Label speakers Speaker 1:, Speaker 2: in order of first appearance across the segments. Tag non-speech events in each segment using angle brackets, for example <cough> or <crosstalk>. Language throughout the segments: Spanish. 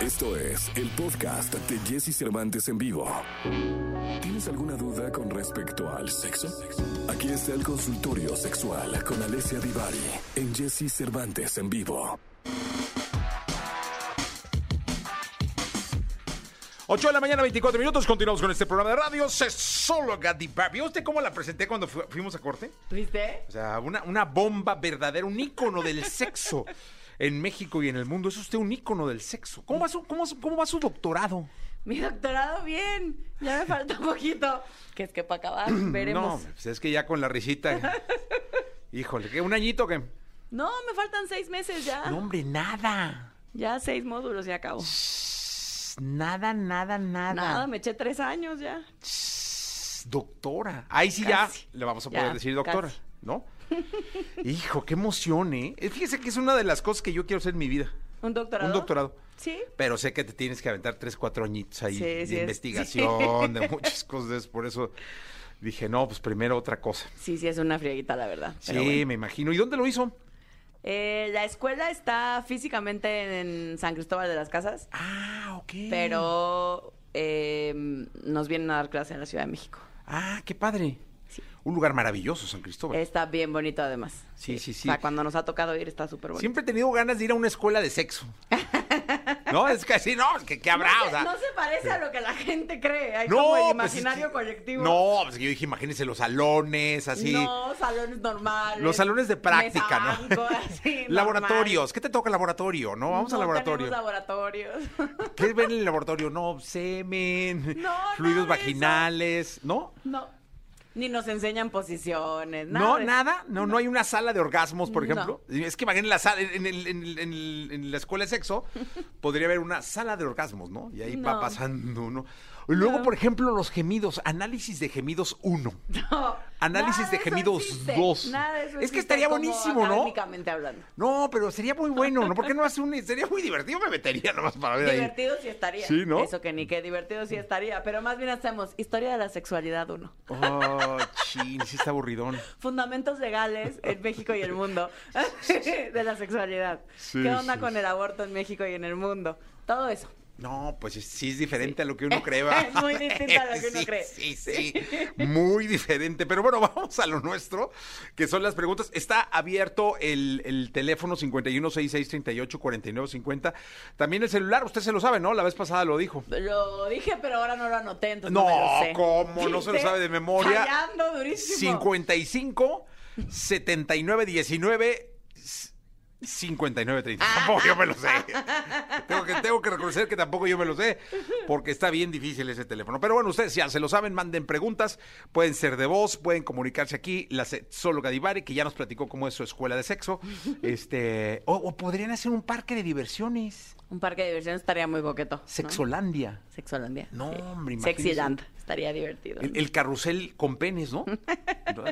Speaker 1: Esto es el podcast de Jesse Cervantes en vivo. ¿Tienes alguna duda con respecto al sexo? Aquí está el consultorio sexual con Alessia Divari en Jesse Cervantes en vivo.
Speaker 2: 8 de la mañana, 24 minutos. Continuamos con este programa de radio. Se solo Gadipa. ¿Vio usted cómo la presenté cuando fu- fuimos a corte?
Speaker 3: ¿Viste?
Speaker 2: O sea, una, una bomba verdadera, un ícono del sexo en México y en el mundo. Es usted un ícono del sexo. ¿Cómo va su, cómo, su- cómo va su doctorado?
Speaker 3: Mi doctorado bien. Ya me falta un poquito. Que es que para acabar,
Speaker 2: <clears throat>
Speaker 3: veremos.
Speaker 2: No, pues es que ya con la risita. ¿eh? Híjole, que un añito que.
Speaker 3: No, me faltan seis meses ya.
Speaker 2: No, hombre, nada.
Speaker 3: Ya seis módulos y acabo.
Speaker 2: Nada, nada, nada.
Speaker 3: Nada, me eché tres años ya.
Speaker 2: Doctora. Ahí sí
Speaker 3: Casi.
Speaker 2: ya le vamos a poder
Speaker 3: Ya,
Speaker 2: decir doctora,
Speaker 3: casi. <laughs>
Speaker 2: ¿no? Hijo, qué emoción, ¿eh? Eh, Fíjese que es una de las cosas que yo quiero hacer en mi vida.
Speaker 3: ¿Un doctorado?
Speaker 2: Un doctorado.
Speaker 3: Sí.
Speaker 2: Pero sé que te tienes que aventar tres, cuatro añitos ahí
Speaker 3: Sí,
Speaker 2: de
Speaker 3: sí es.
Speaker 2: investigación,
Speaker 3: <laughs>
Speaker 2: de muchas cosas. Por eso dije, no, pues primero otra cosa.
Speaker 3: Sí, sí, es una frieguita, la verdad.
Speaker 2: Sí,
Speaker 3: pero bueno.
Speaker 2: me imagino. ¿Y dónde lo hizo?
Speaker 3: Eh, la escuela está físicamente en San Cristóbal de las Casas,
Speaker 2: Ah, ok.
Speaker 3: pero eh, nos vienen a dar clase en la Ciudad de México.
Speaker 2: Ah, qué padre.
Speaker 3: Sí.
Speaker 2: Un lugar maravilloso, San Cristóbal.
Speaker 3: Está bien bonito además.
Speaker 2: Sí, sí, sí.
Speaker 3: O sea, cuando nos ha tocado ir está súper bonito.
Speaker 2: Siempre he tenido ganas de ir a una escuela de sexo. <laughs> no, es que sí, no, es que, que habrá.
Speaker 3: no,
Speaker 2: o
Speaker 3: se,
Speaker 2: sea,
Speaker 3: no se parece a lo que la gente cree. Hay
Speaker 2: No,
Speaker 3: como el
Speaker 2: pues es
Speaker 3: imaginario
Speaker 2: que-
Speaker 3: colectivo.
Speaker 2: No, pues yo dije, imagínense los salones, así.
Speaker 3: No, salones normales.
Speaker 2: los salones de práctica,
Speaker 3: mesabanco,
Speaker 2: ¿no?
Speaker 3: <laughs> así, normal.
Speaker 2: <laughs> laboratorios. ¿Qué te toca laboratorio? No, vamos
Speaker 3: No
Speaker 2: al laboratorio.
Speaker 3: tenemos laboratorios. <laughs>
Speaker 2: ¿Qué ven en el laboratorio? No, semen,
Speaker 3: No,
Speaker 2: fluidos
Speaker 3: nada de eso.
Speaker 2: vaginales, ¿no?
Speaker 3: no. Ni nos enseñan posiciones. Nada
Speaker 2: No,
Speaker 3: de-
Speaker 2: nada, no, no hay una sala de orgasmos, por
Speaker 3: No.
Speaker 2: ejemplo. Es que imaginen la sala, en, el- en el- en el- en la escuela de
Speaker 3: <laughs>
Speaker 2: sexo, podría haber una sala de orgasmos, ¿no? Y ahí va
Speaker 3: No.
Speaker 2: pasando uno. Y Luego,
Speaker 3: No.
Speaker 2: por ejemplo, los gemidos, análisis de gemidos 1.
Speaker 3: No,
Speaker 2: Análisis
Speaker 3: nada
Speaker 2: de
Speaker 3: eso
Speaker 2: gemidos
Speaker 3: existe,
Speaker 2: dos.
Speaker 3: nada de
Speaker 2: Es
Speaker 3: eso
Speaker 2: que
Speaker 3: existe
Speaker 2: estaría
Speaker 3: como
Speaker 2: buenísimo, ¿no?
Speaker 3: académicamente hablando.
Speaker 2: No, pero sería muy bueno, ¿no? ¿Por qué no hace un.? Sería muy divertido, me metería nomás para ver ahí.
Speaker 3: Divertido sí estaría.
Speaker 2: Sí, ¿no?
Speaker 3: Eso que ni qué divertido sí estaría. Pero más bien hacemos historia de la sexualidad uno.
Speaker 2: Oh, chin, sí está aburridón.
Speaker 3: Fundamentos legales en México y
Speaker 2: <laughs>
Speaker 3: el mundo <laughs> de la sexualidad.
Speaker 2: Sí,
Speaker 3: ¿Qué onda
Speaker 2: sí,
Speaker 3: con el aborto en México y en el mundo? Todo eso.
Speaker 2: No, pues es- sí es diferente a lo que uno cree. ¿va?
Speaker 3: <laughs> Es muy distinto a lo que uno
Speaker 2: Sí,
Speaker 3: cree.
Speaker 2: Sí, sí, muy diferente. Pero bueno, <laughs> vamos a lo nuestro, que son las preguntas. Está abierto el, el teléfono 5166384950. También el celular, usted se lo sabe, ¿no? La vez pasada lo dijo.
Speaker 3: Lo dije, pero ahora no lo anoté, entonces
Speaker 2: No,
Speaker 3: no, me lo sé.
Speaker 2: ¿cómo? No
Speaker 3: <laughs>
Speaker 2: se lo
Speaker 3: ¿Viste?
Speaker 2: sabe de memoria.
Speaker 3: Fallando durísimo.
Speaker 2: 55 79 19 59 30. Tampoco yo me lo sé. tengo, que, tengo que reconocer que tampoco yo me lo sé, porque está bien difícil ese teléfono. Pero bueno, ustedes ya se lo saben, manden preguntas, pueden ser de voz, pueden comunicarse aquí. La sexóloga Divari, que ya nos platicó cómo es su escuela de sexo. este O, o podrían hacer un parque de diversiones.
Speaker 3: Un parque de diversión estaría muy coqueto. ¿no?
Speaker 2: Sexolandia.
Speaker 3: Sexolandia.
Speaker 2: No, hombre, imagínese.
Speaker 3: Sexyland. Estaría divertido.
Speaker 2: El,
Speaker 3: ¿no?
Speaker 2: el carrusel con penes, ¿no?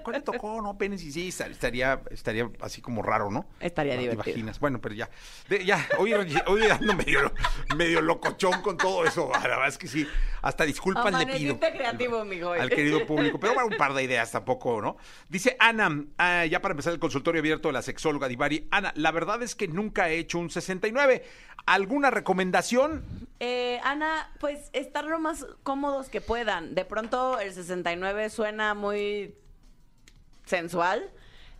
Speaker 2: ¿Cuál le tocó? No, penes y sí, estar- estaría, estaría así como raro, ¿no?
Speaker 3: Estaría
Speaker 2: No, te
Speaker 3: divertido.
Speaker 2: imaginas. Bueno, pero ya, de- ya, hoy, hoy ando medio, lo- medio locochón con todo eso. Ah, La verdad es que sí, hasta disculpas le
Speaker 3: Amaneciste
Speaker 2: pido.
Speaker 3: Oh, creativo, mijo, hoy.
Speaker 2: Al querido público, pero bueno, un par de ideas tampoco, ¿no? Dice Ana, ah, ya para empezar el consultorio abierto de la sexóloga Divari. Ana, la verdad es que nunca he hecho un 69. ¿Alguna recomendación?
Speaker 3: Eh, Ana, pues estar lo más cómodos que puedan. De pronto el 69 suena muy sensual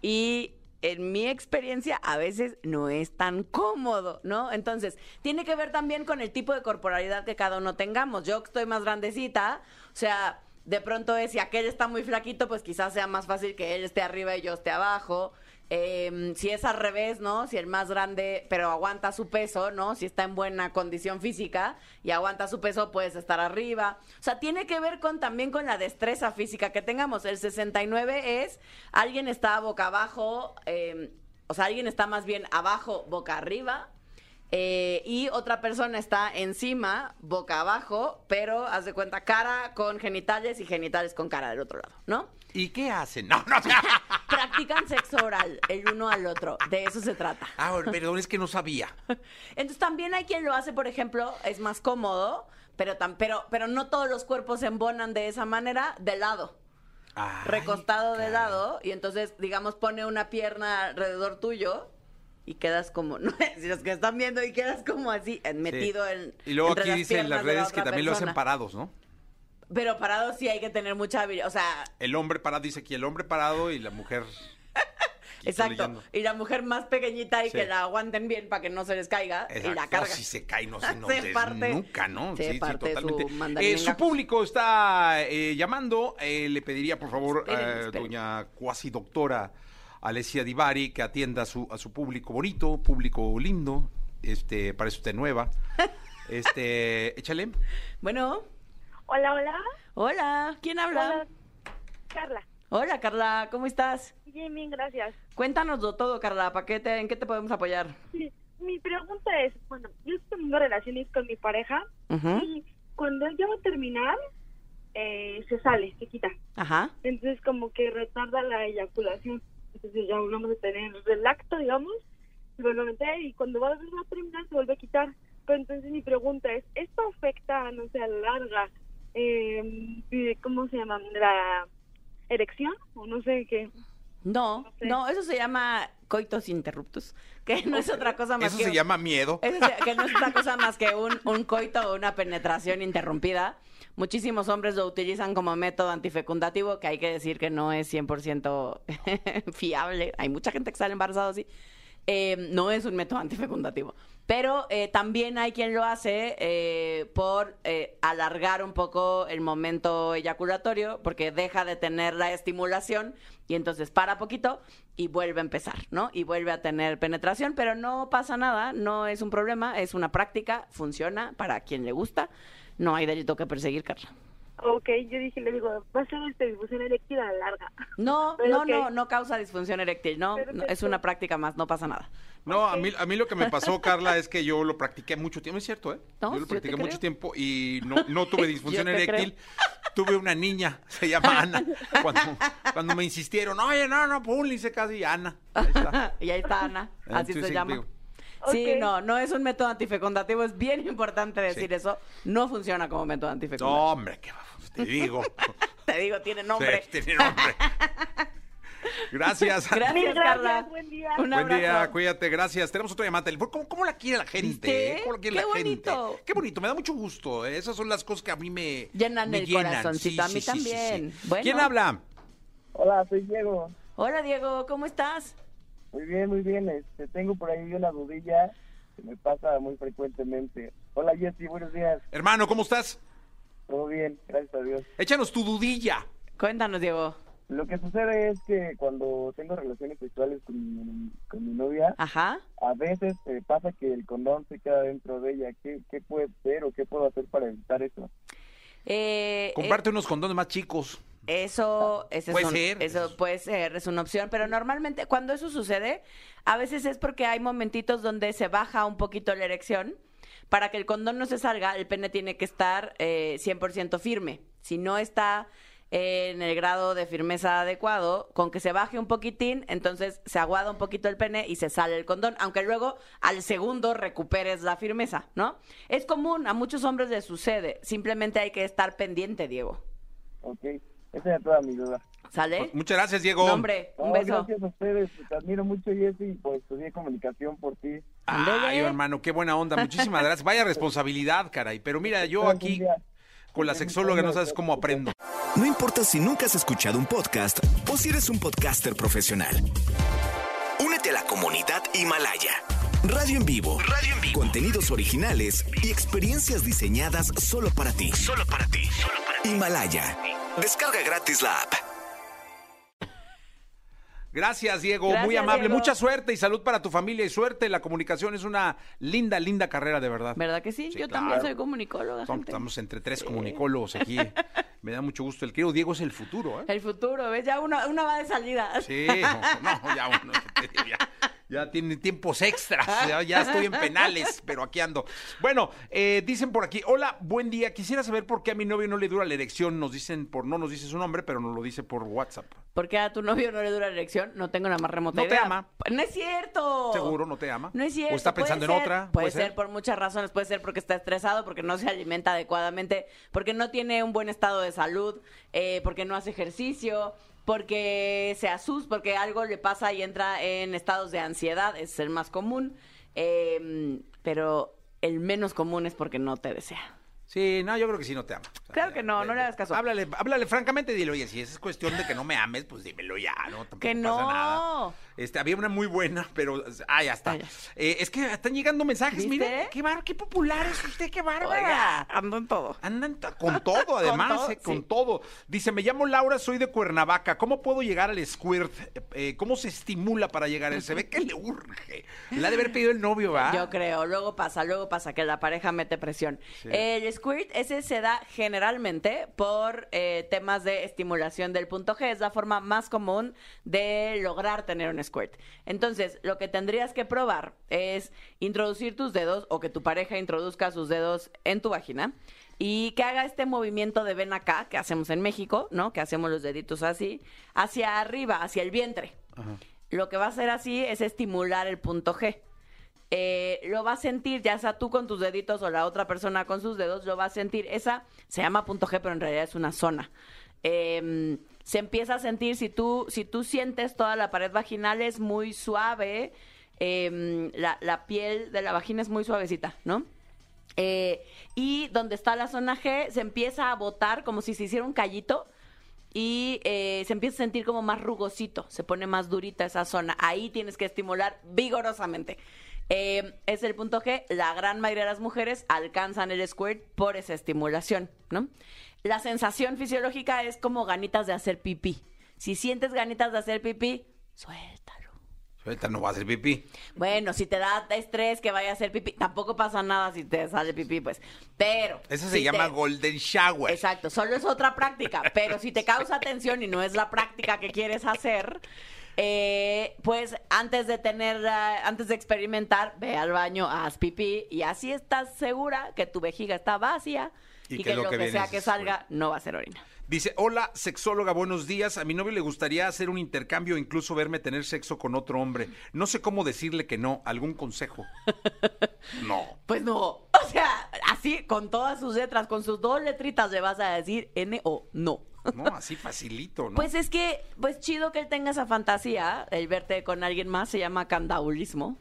Speaker 3: y en mi experiencia a veces no es tan cómodo, ¿no? Entonces, tiene que ver también con el tipo de corporalidad que cada uno tengamos. Yo que estoy más grandecita, o sea, de pronto es si aquel está muy flaquito, pues quizás sea más fácil que él esté arriba y yo esté abajo. Eh, si es al revés, ¿no? Si el más grande, pero aguanta su peso, ¿no? Si está en buena condición física y aguanta su peso, puedes estar arriba. O sea, tiene que ver con también con la destreza física que tengamos. El 69 es alguien está boca abajo, eh, o sea, alguien está más bien abajo, boca arriba. eh, y otra persona está encima, boca abajo, pero haz de cuenta cara con genitales y genitales con cara del otro lado, ¿no?
Speaker 2: ¿Y qué hacen? No, <laughs> no, no.
Speaker 3: Practican sexo oral el uno al otro, de eso se trata.
Speaker 2: Ah, perdón, es que no sabía.
Speaker 3: Entonces también hay quien lo hace, por ejemplo, es más cómodo, pero, tan, pero, pero no todos los cuerpos se embonan de esa manera, de lado,
Speaker 2: Ay,
Speaker 3: recostado de
Speaker 2: caray.
Speaker 3: lado, y entonces, digamos, pone una pierna alrededor tuyo y quedas como, <laughs> no, si los que están viendo y quedas como así, eh, metido en.
Speaker 2: Y luego
Speaker 3: entre
Speaker 2: aquí dicen en las
Speaker 3: piernas de la
Speaker 2: redes que
Speaker 3: otra
Speaker 2: también lo hacen
Speaker 3: persona.
Speaker 2: parados, ¿no?
Speaker 3: Pero parado sí hay que tener mucha habilidad. O sea,
Speaker 2: El hombre parado, dice aquí el hombre parado y la mujer. Estoy
Speaker 3: exacto.
Speaker 2: leyendo.
Speaker 3: Y la mujer más pequeñita y
Speaker 2: Sí.
Speaker 3: que la aguanten bien para que no se les caiga y la
Speaker 2: Exacto.
Speaker 3: carga.
Speaker 2: eh, No, si se cae,
Speaker 3: <laughs>
Speaker 2: no se nos
Speaker 3: Se parte-
Speaker 2: nunca, ¿no?
Speaker 3: se
Speaker 2: Sí, sí,
Speaker 3: parte su
Speaker 2: totalmente.
Speaker 3: mandarina
Speaker 2: Eh,
Speaker 3: en
Speaker 2: su
Speaker 3: gajos.
Speaker 2: público está eh, llamando. eh, le pediría, por favor,
Speaker 3: Esperen,
Speaker 2: eh,
Speaker 3: esperen.
Speaker 2: doña cuasi doctora Alessia Divari que atienda a su, a su público bonito, público lindo. Este, parece usted
Speaker 3: <laughs>
Speaker 2: nueva. Este, échale.
Speaker 3: Bueno,
Speaker 4: Hola, hola.
Speaker 3: hola, ¿quién habla?
Speaker 4: Hola, Carla.
Speaker 3: Hola. Carla, ¿cómo estás?
Speaker 4: Bien, bien, gracias.
Speaker 3: Cuéntanoslo todo, Carla, ¿para qué te- ¿en qué te podemos apoyar?
Speaker 4: Sí, Mi pregunta es, bueno, yo estoy teniendo relaciones con mi pareja
Speaker 3: Ujú,
Speaker 4: y cuando él ya va a terminar, eh, se sale, se quita.
Speaker 3: Ajá.
Speaker 4: Entonces como que retarda la eyaculación. Entonces ya volvemos a tener relacto, digamos, y volvemos a tener, y cuando va a volver a terminar se vuelve a quitar. Pero entonces mi pregunta es, ¿esto afecta, no sé, a la larga, eh, eh, cómo se llama, la erección? O no sé qué.
Speaker 3: No,
Speaker 4: No sé.
Speaker 3: no, eso se llama coitos interruptus, que no es otra cosa más
Speaker 2: Eso
Speaker 3: que
Speaker 2: se llama miedo.
Speaker 3: Eso es- que no es otra cosa más que un, un coito o una penetración interrumpida. Muchísimos hombres lo utilizan como método antifecundativo, que hay que decir que no es 100% <laughs> fiable. Hay mucha gente que sale embarazada así. Eh, no es un método antifecundativo. Pero eh, también hay quien lo hace eh, por eh, alargar un poco el momento eyaculatorio, porque deja de tener la estimulación y entonces para poquito y vuelve a empezar, ¿no? Y vuelve a tener penetración, pero no pasa nada, no es un problema, es una práctica, funciona para quien le gusta. No hay delito que perseguir, Carla.
Speaker 4: Ok, yo dije, le digo, va a ser este, esta difusión eréctil a la larga.
Speaker 3: No,
Speaker 4: Pero
Speaker 3: no,
Speaker 4: ok.
Speaker 3: no, no causa disfunción eréctil, no,
Speaker 4: Pero
Speaker 3: no, es
Speaker 4: perfecto.
Speaker 3: una práctica más, no pasa nada. <laughs>
Speaker 2: No, a
Speaker 4: Ok.
Speaker 2: mí, a mí lo que me pasó, Carla, es que yo lo practiqué mucho tiempo, es cierto, ¿eh?
Speaker 3: No,
Speaker 2: yo
Speaker 3: yo
Speaker 2: lo
Speaker 3: te
Speaker 2: practiqué mucho
Speaker 3: creo.
Speaker 2: tiempo y no, no
Speaker 3: <laughs>
Speaker 2: tuve disfunción
Speaker 3: Yo te
Speaker 2: eréctil. Tuve una niña, <laughs> se llama Ana, cuando, cuando me insistieron, oye, no, no, pum, le hice casi Ana. Ahí
Speaker 3: <laughs>
Speaker 2: está.
Speaker 3: Y ahí está Ana, así
Speaker 2: Ah, Sí,
Speaker 3: se
Speaker 2: sí,
Speaker 3: llama.
Speaker 2: digo.
Speaker 3: Sí,
Speaker 4: Ok.
Speaker 3: no, no es un método antifecundativo, es bien importante decir
Speaker 2: Sí.
Speaker 3: eso. No funciona como método antifecundativo.
Speaker 2: No, hombre, qué bafos, te
Speaker 3: <laughs>
Speaker 2: digo.
Speaker 3: Te digo, tiene nombre.
Speaker 2: <laughs> Sí, tiene
Speaker 3: <laughs>
Speaker 2: nombre. Gracias. Ana.
Speaker 3: Gracias,
Speaker 4: Mil gracias,
Speaker 3: Carla.
Speaker 4: buen día.
Speaker 3: Un
Speaker 2: Buen día,
Speaker 3: abrazo.
Speaker 2: cuídate, gracias. Tenemos otra llamada. ¿Cómo, cómo la quiere la gente?
Speaker 3: ¿Viste?
Speaker 2: eh? ¿Cómo la quiere
Speaker 3: Qué
Speaker 2: la gente?
Speaker 3: bonito.
Speaker 2: Qué bonito, me da mucho gusto. eh. Esas son las cosas que a mí me
Speaker 3: Llenan
Speaker 2: me
Speaker 3: el corazoncito, a mí también. Bueno.
Speaker 2: ¿Quién habla?
Speaker 5: Hola, soy Diego.
Speaker 3: Hola, Diego, ¿cómo estás?
Speaker 5: Muy bien, muy bien. Este, tengo por ahí una dudilla que me pasa muy frecuentemente. Hola, Jessy, buenos días.
Speaker 2: Hermano, ¿cómo estás?
Speaker 5: Todo bien, gracias a Dios.
Speaker 2: Échanos tu dudilla.
Speaker 3: Cuéntanos, Diego.
Speaker 5: Lo que sucede es que cuando tengo relaciones sexuales con mi, con mi novia,
Speaker 3: Ajá.
Speaker 5: a veces eh, pasa que el condón se queda dentro de ella. ¿Qué, qué puedo hacer o qué puedo hacer para evitar eso?
Speaker 3: Eh,
Speaker 2: Comparte unos condones más chicos.
Speaker 3: eh, eso, ese es
Speaker 2: Puede
Speaker 3: un-
Speaker 2: ser.
Speaker 3: eso puede ser, es una opción, pero normalmente cuando eso sucede, a veces es porque hay momentitos donde se baja un poquito la erección. Para que el condón no se salga, el pene tiene que estar eh, 100% firme. Si no está eh, en el grado de firmeza adecuado, con que se baje un poquitín, entonces se aguada un poquito el pene y se sale el condón, aunque luego al segundo recuperes la firmeza, ¿no? Es común, a muchos hombres les sucede, simplemente hay que estar pendiente, Diego.
Speaker 5: ¿Ok? Esa era toda mi duda.
Speaker 3: ¿Sale?
Speaker 2: Pues, muchas gracias, Diego.
Speaker 3: No, hombre, un
Speaker 5: No,
Speaker 3: beso.
Speaker 5: Gracias a ustedes. Te admiro mucho, Jessy, por estudiar comunicación por ti.
Speaker 3: ¿eh?
Speaker 2: Ay, hermano, qué buena onda. Muchísimas gracias. Vaya responsabilidad, caray. Pero mira, yo
Speaker 5: Gracias,
Speaker 2: aquí
Speaker 5: buen día.
Speaker 2: con la sexóloga no sabes cómo aprendo.
Speaker 6: No importa si nunca has escuchado un podcast o si eres un podcaster profesional. Únete a la comunidad Himalaya. Radio en vivo. Radio en vivo. Contenidos originales y experiencias diseñadas solo para ti. Solo para ti. Solo para ti. Himalaya. Descarga gratis la app.
Speaker 2: Gracias, Diego.
Speaker 3: Gracias,
Speaker 2: Muy amable.
Speaker 3: Diego.
Speaker 2: Mucha suerte y salud para tu familia y suerte. La comunicación es una linda, linda carrera, de verdad.
Speaker 3: ¿Verdad que sí?
Speaker 2: Sí,
Speaker 3: Yo
Speaker 2: claro.
Speaker 3: también soy comunicóloga.
Speaker 2: Estamos-
Speaker 3: gente.
Speaker 2: Estamos entre tres comunicólogos
Speaker 3: <laughs>
Speaker 2: aquí. Me da mucho gusto. El querido Diego es el futuro, ¿eh?
Speaker 3: El futuro, ¿ves? Ya una, una va de salida.
Speaker 2: Sí, no, no, ya uno, ya, ya tiene tiempos extras, ya, ya estoy en penales, pero aquí ando. Bueno, eh, dicen por aquí, hola, buen día, quisiera saber por qué a mi novio no le dura la erección, nos dicen por, no nos dice su nombre, pero nos lo dice por WhatsApp.
Speaker 3: ¿Por qué a tu novio no le dura la erección? No tengo la más remota
Speaker 2: No te
Speaker 3: idea.
Speaker 2: ama.
Speaker 3: No es cierto.
Speaker 2: Seguro, no te ama.
Speaker 3: Oh. No es cierto.
Speaker 2: O está
Speaker 3: Puede
Speaker 2: pensando en
Speaker 3: ser,
Speaker 2: otra.
Speaker 3: Puede, ser. por muchas razones. Puede ser porque está estresado, porque no se alimenta adecuadamente, porque no tiene un buen estado de salud, eh, porque no hace ejercicio. porque se asusta, porque algo le pasa y entra en estados de ansiedad, es el más común, eh, pero el menos común es porque no te desea.
Speaker 2: Sí, no, yo creo que sí no te ama. O sea,
Speaker 3: Claro que no,
Speaker 2: ya,
Speaker 3: no le
Speaker 2: ya.
Speaker 3: hagas caso.
Speaker 2: Háblale, háblale francamente y dile, oye, si es cuestión de que no me ames, pues dímelo ya, ¿no? Tampoco
Speaker 3: Que
Speaker 2: pasa
Speaker 3: no.
Speaker 2: nada. Este, había una muy buena, pero. Ah, ya está.
Speaker 3: Ah, ya.
Speaker 2: Eh, es que están llegando mensajes,
Speaker 3: ¿Viste?
Speaker 2: mire. Qué bar, qué popular es usted, qué bárbara.
Speaker 3: Oiga, ando en todo.
Speaker 2: Andan to-
Speaker 3: <laughs>
Speaker 2: con todo, además, eh, con,
Speaker 3: todo,
Speaker 2: todo,
Speaker 3: sí.
Speaker 2: Dice, me llamo Laura, soy de Cuernavaca. ¿Cómo puedo llegar al squirt? Eh, ¿Cómo se estimula para llegar a él? Se ve que le urge. La ha de haber pedido el novio, ¿va?
Speaker 3: Yo creo, luego pasa, luego pasa que la pareja mete presión.
Speaker 2: Sí.
Speaker 3: El squirt ese se da generalmente por eh, temas de estimulación del punto G, es la forma más común de lograr tener un squirt. Entonces, lo que tendrías que probar es introducir tus dedos o que tu pareja introduzca sus dedos en tu vagina y que haga este movimiento de ven acá que hacemos en México, ¿no? Que hacemos los deditos así, hacia arriba, hacia el vientre. Lo que va a hacer así es estimular el punto G eh, lo vas a sentir, ya sea tú con tus deditos o la otra persona con sus dedos, lo vas a sentir. Esa se llama punto G, pero en realidad es una zona. Eh, se empieza a sentir, si tú, si tú sientes toda la pared vaginal es muy suave, eh, la, la piel de la vagina es muy suavecita, ¿no? Eh, y donde está la zona G se empieza a botar como si se hiciera un callito y eh, se empieza a sentir como más rugosito, se pone más durita esa zona. Ahí tienes que estimular vigorosamente. Eh, es el punto G. La gran mayoría de las mujeres alcanzan el squirt por esa estimulación, ¿no? La sensación fisiológica es como ganitas de hacer pipí. Si sientes ganitas de hacer pipí, suéltalo.
Speaker 2: Ahorita no va a ser pipí.
Speaker 3: Bueno, si te da estrés que vaya a hacer pipí, tampoco pasa nada si te sale pipí, pues. Pero.
Speaker 2: Eso se
Speaker 3: si
Speaker 2: llama
Speaker 3: te-
Speaker 2: Golden Shower.
Speaker 3: Exacto, solo es otra práctica, pero
Speaker 2: <laughs>
Speaker 3: si te causa tensión y no es la práctica que quieres hacer, eh, pues antes de tener, ah, antes de experimentar, ve al baño, haz pipí y así estás segura que tu vejiga está vacía
Speaker 2: Y
Speaker 3: y,
Speaker 2: que
Speaker 3: que,
Speaker 2: es lo
Speaker 3: lo
Speaker 2: que
Speaker 3: que,
Speaker 2: viene
Speaker 3: sea
Speaker 2: es-
Speaker 3: que salga no va a ser orina.
Speaker 2: Dice, hola, sexóloga, buenos días. A mi novio le gustaría hacer un intercambio, incluso verme tener sexo con otro hombre. No sé cómo decirle que no. ¿Algún
Speaker 3: <laughs>
Speaker 2: consejo? No.
Speaker 3: Pues no, o sea, así con todas sus letras, con sus dos letritas le vas a decir N o no.
Speaker 2: No, así facilito, ¿no?
Speaker 3: Pues es que, pues chido que él tenga esa fantasía, el verte con alguien más, se llama candaulismo.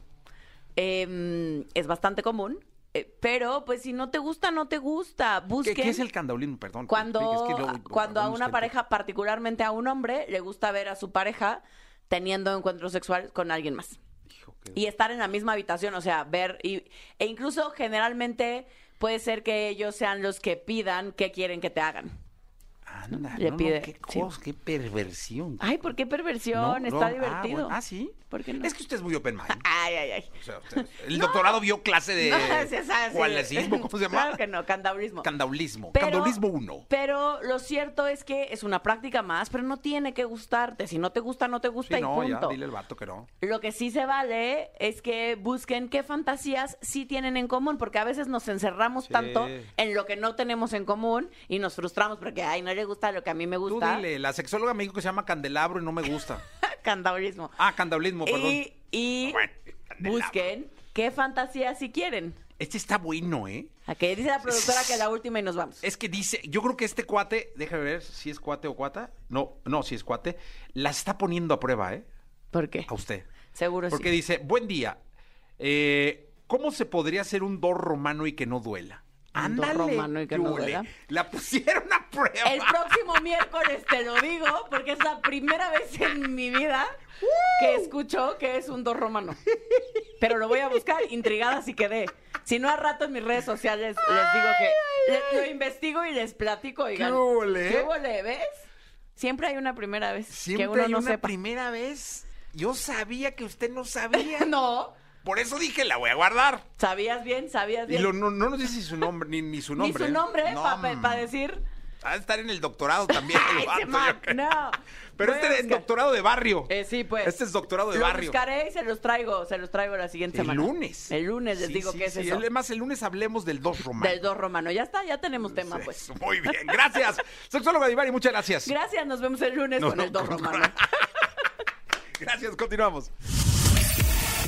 Speaker 3: Eh, es bastante común, eh, pero pues si no te gusta, no te gusta.
Speaker 2: ¿Qué,
Speaker 3: Busquen
Speaker 2: qué es el candaulismo? Perdón.
Speaker 3: cuando,
Speaker 2: Es que luego-
Speaker 3: cuando a
Speaker 2: algunos
Speaker 3: una
Speaker 2: gente-
Speaker 3: pareja, particularmente a un hombre, le gusta ver a su pareja teniendo encuentros sexuales con alguien más
Speaker 2: Hijo, qué-
Speaker 3: y estar en la misma habitación, o sea, ver y, e incluso generalmente puede ser que ellos sean los que pidan qué quieren que te hagan.
Speaker 2: Anda,
Speaker 3: le
Speaker 2: no, no,
Speaker 3: pide-
Speaker 2: qué
Speaker 3: sí.
Speaker 2: cosa, qué perversión.
Speaker 3: Ay, ¿por qué perversión?
Speaker 2: No,
Speaker 3: Está
Speaker 2: no, ah,
Speaker 3: divertido.
Speaker 2: bueno, Ah, sí.
Speaker 3: ¿Por qué no?
Speaker 2: Es que usted es muy open
Speaker 3: <laughs>
Speaker 2: mind.
Speaker 3: Ay, ay, ay.
Speaker 2: O sea, usted- el doctorado vio clase de.
Speaker 3: <laughs> No, sí, o sea, sí.
Speaker 2: cualesismo, ¿Cómo se llama?
Speaker 3: <laughs> Claro que no, candaulismo.
Speaker 2: Candaulismo.
Speaker 3: Pero-
Speaker 2: Candaulismo 1.
Speaker 3: Pero lo cierto es que es una práctica más, pero no tiene que gustarte. Si no te gusta, no te gusta
Speaker 2: Sí,
Speaker 3: y
Speaker 2: no, ya,
Speaker 3: punto.
Speaker 2: dile al vato que no.
Speaker 3: Lo que sí se vale es que busquen qué fantasías sí tienen en común, porque a veces nos encerramos
Speaker 2: Sí.
Speaker 3: tanto en lo que no tenemos en común y nos frustramos porque, ay, no le gusta lo que a mí me
Speaker 2: Tú
Speaker 3: gusta. <laughs>
Speaker 2: dile, la sexóloga me dijo que se llama candelabro y no me gusta.
Speaker 3: Candaulismo.
Speaker 2: Ah, candaulismo, perdón.
Speaker 3: y y
Speaker 2: Bueno, candelabro.
Speaker 3: busquen qué fantasías sí quieren.
Speaker 2: Este está bueno, ¿eh?
Speaker 3: ¿A qué dice la productora que es la última y nos vamos?
Speaker 2: Es que dice, yo creo que este cuate, déjame ver si es cuate o cuata. No, no, si es cuate, la está poniendo a prueba, ¿eh?
Speaker 3: ¿Por qué?
Speaker 2: A usted.
Speaker 3: Seguro Pues sí.
Speaker 2: Porque dice, buen día. eh, ¿Cómo se podría hacer un do romano y que no duela?
Speaker 3: Un do
Speaker 2: Ándale.
Speaker 3: romano y que no
Speaker 2: yule.
Speaker 3: duela.
Speaker 2: La pusieron a prueba.
Speaker 3: El próximo miércoles te lo digo, porque es la primera vez en mi vida que escucho que es un dos romano. Pero lo voy a buscar, intrigada si quedé. Si no, a rato en mis redes sociales les digo que le- lo investigo y les platico. Oigan,
Speaker 2: ¿Qué ole?
Speaker 3: ¿Qué ole, ¿Ves? Siempre hay una primera vez
Speaker 2: Siempre
Speaker 3: que uno
Speaker 2: hay
Speaker 3: no
Speaker 2: una
Speaker 3: sepa.
Speaker 2: primera vez. Yo sabía que usted no sabía.
Speaker 3: <laughs> <laughs> no,
Speaker 2: Por eso dije, la voy a guardar.
Speaker 3: sabías bien, sabías
Speaker 2: Y
Speaker 3: bien.
Speaker 2: lo- no, no nos dice
Speaker 3: <laughs>
Speaker 2: su nombre, ni, ni su nombre. ¿eh?
Speaker 3: Ni su nombre
Speaker 2: No,
Speaker 3: para
Speaker 2: hombre.
Speaker 3: decir.
Speaker 2: Ha de estar en el doctorado también. el
Speaker 3: <laughs> Ay,
Speaker 2: vato,
Speaker 3: ese man,
Speaker 2: yo creo.
Speaker 3: no.
Speaker 2: Pero
Speaker 3: Voy a
Speaker 2: este es
Speaker 3: buscar.
Speaker 2: doctorado de barrio.
Speaker 3: Eh, sí, pues.
Speaker 2: Este es doctorado de
Speaker 3: Lo
Speaker 2: barrio.
Speaker 3: buscaré y se los traigo, se los traigo la siguiente
Speaker 2: El
Speaker 3: semana.
Speaker 2: lunes.
Speaker 3: El lunes les
Speaker 2: Sí,
Speaker 3: digo
Speaker 2: sí,
Speaker 3: qué es
Speaker 2: sí.
Speaker 3: eso.
Speaker 2: Además, el lunes hablemos del 2 romano.
Speaker 3: Del 2 romano. Ya está, ya tenemos tema,
Speaker 2: Eso,
Speaker 3: pues.
Speaker 2: Muy bien.
Speaker 3: <laughs>
Speaker 2: Gracias. Sexóloga Divari, muchas gracias.
Speaker 3: Gracias, nos vemos el lunes
Speaker 2: No,
Speaker 3: con
Speaker 2: no,
Speaker 3: el 2
Speaker 2: con-
Speaker 3: romano.
Speaker 2: Gracias, continuamos.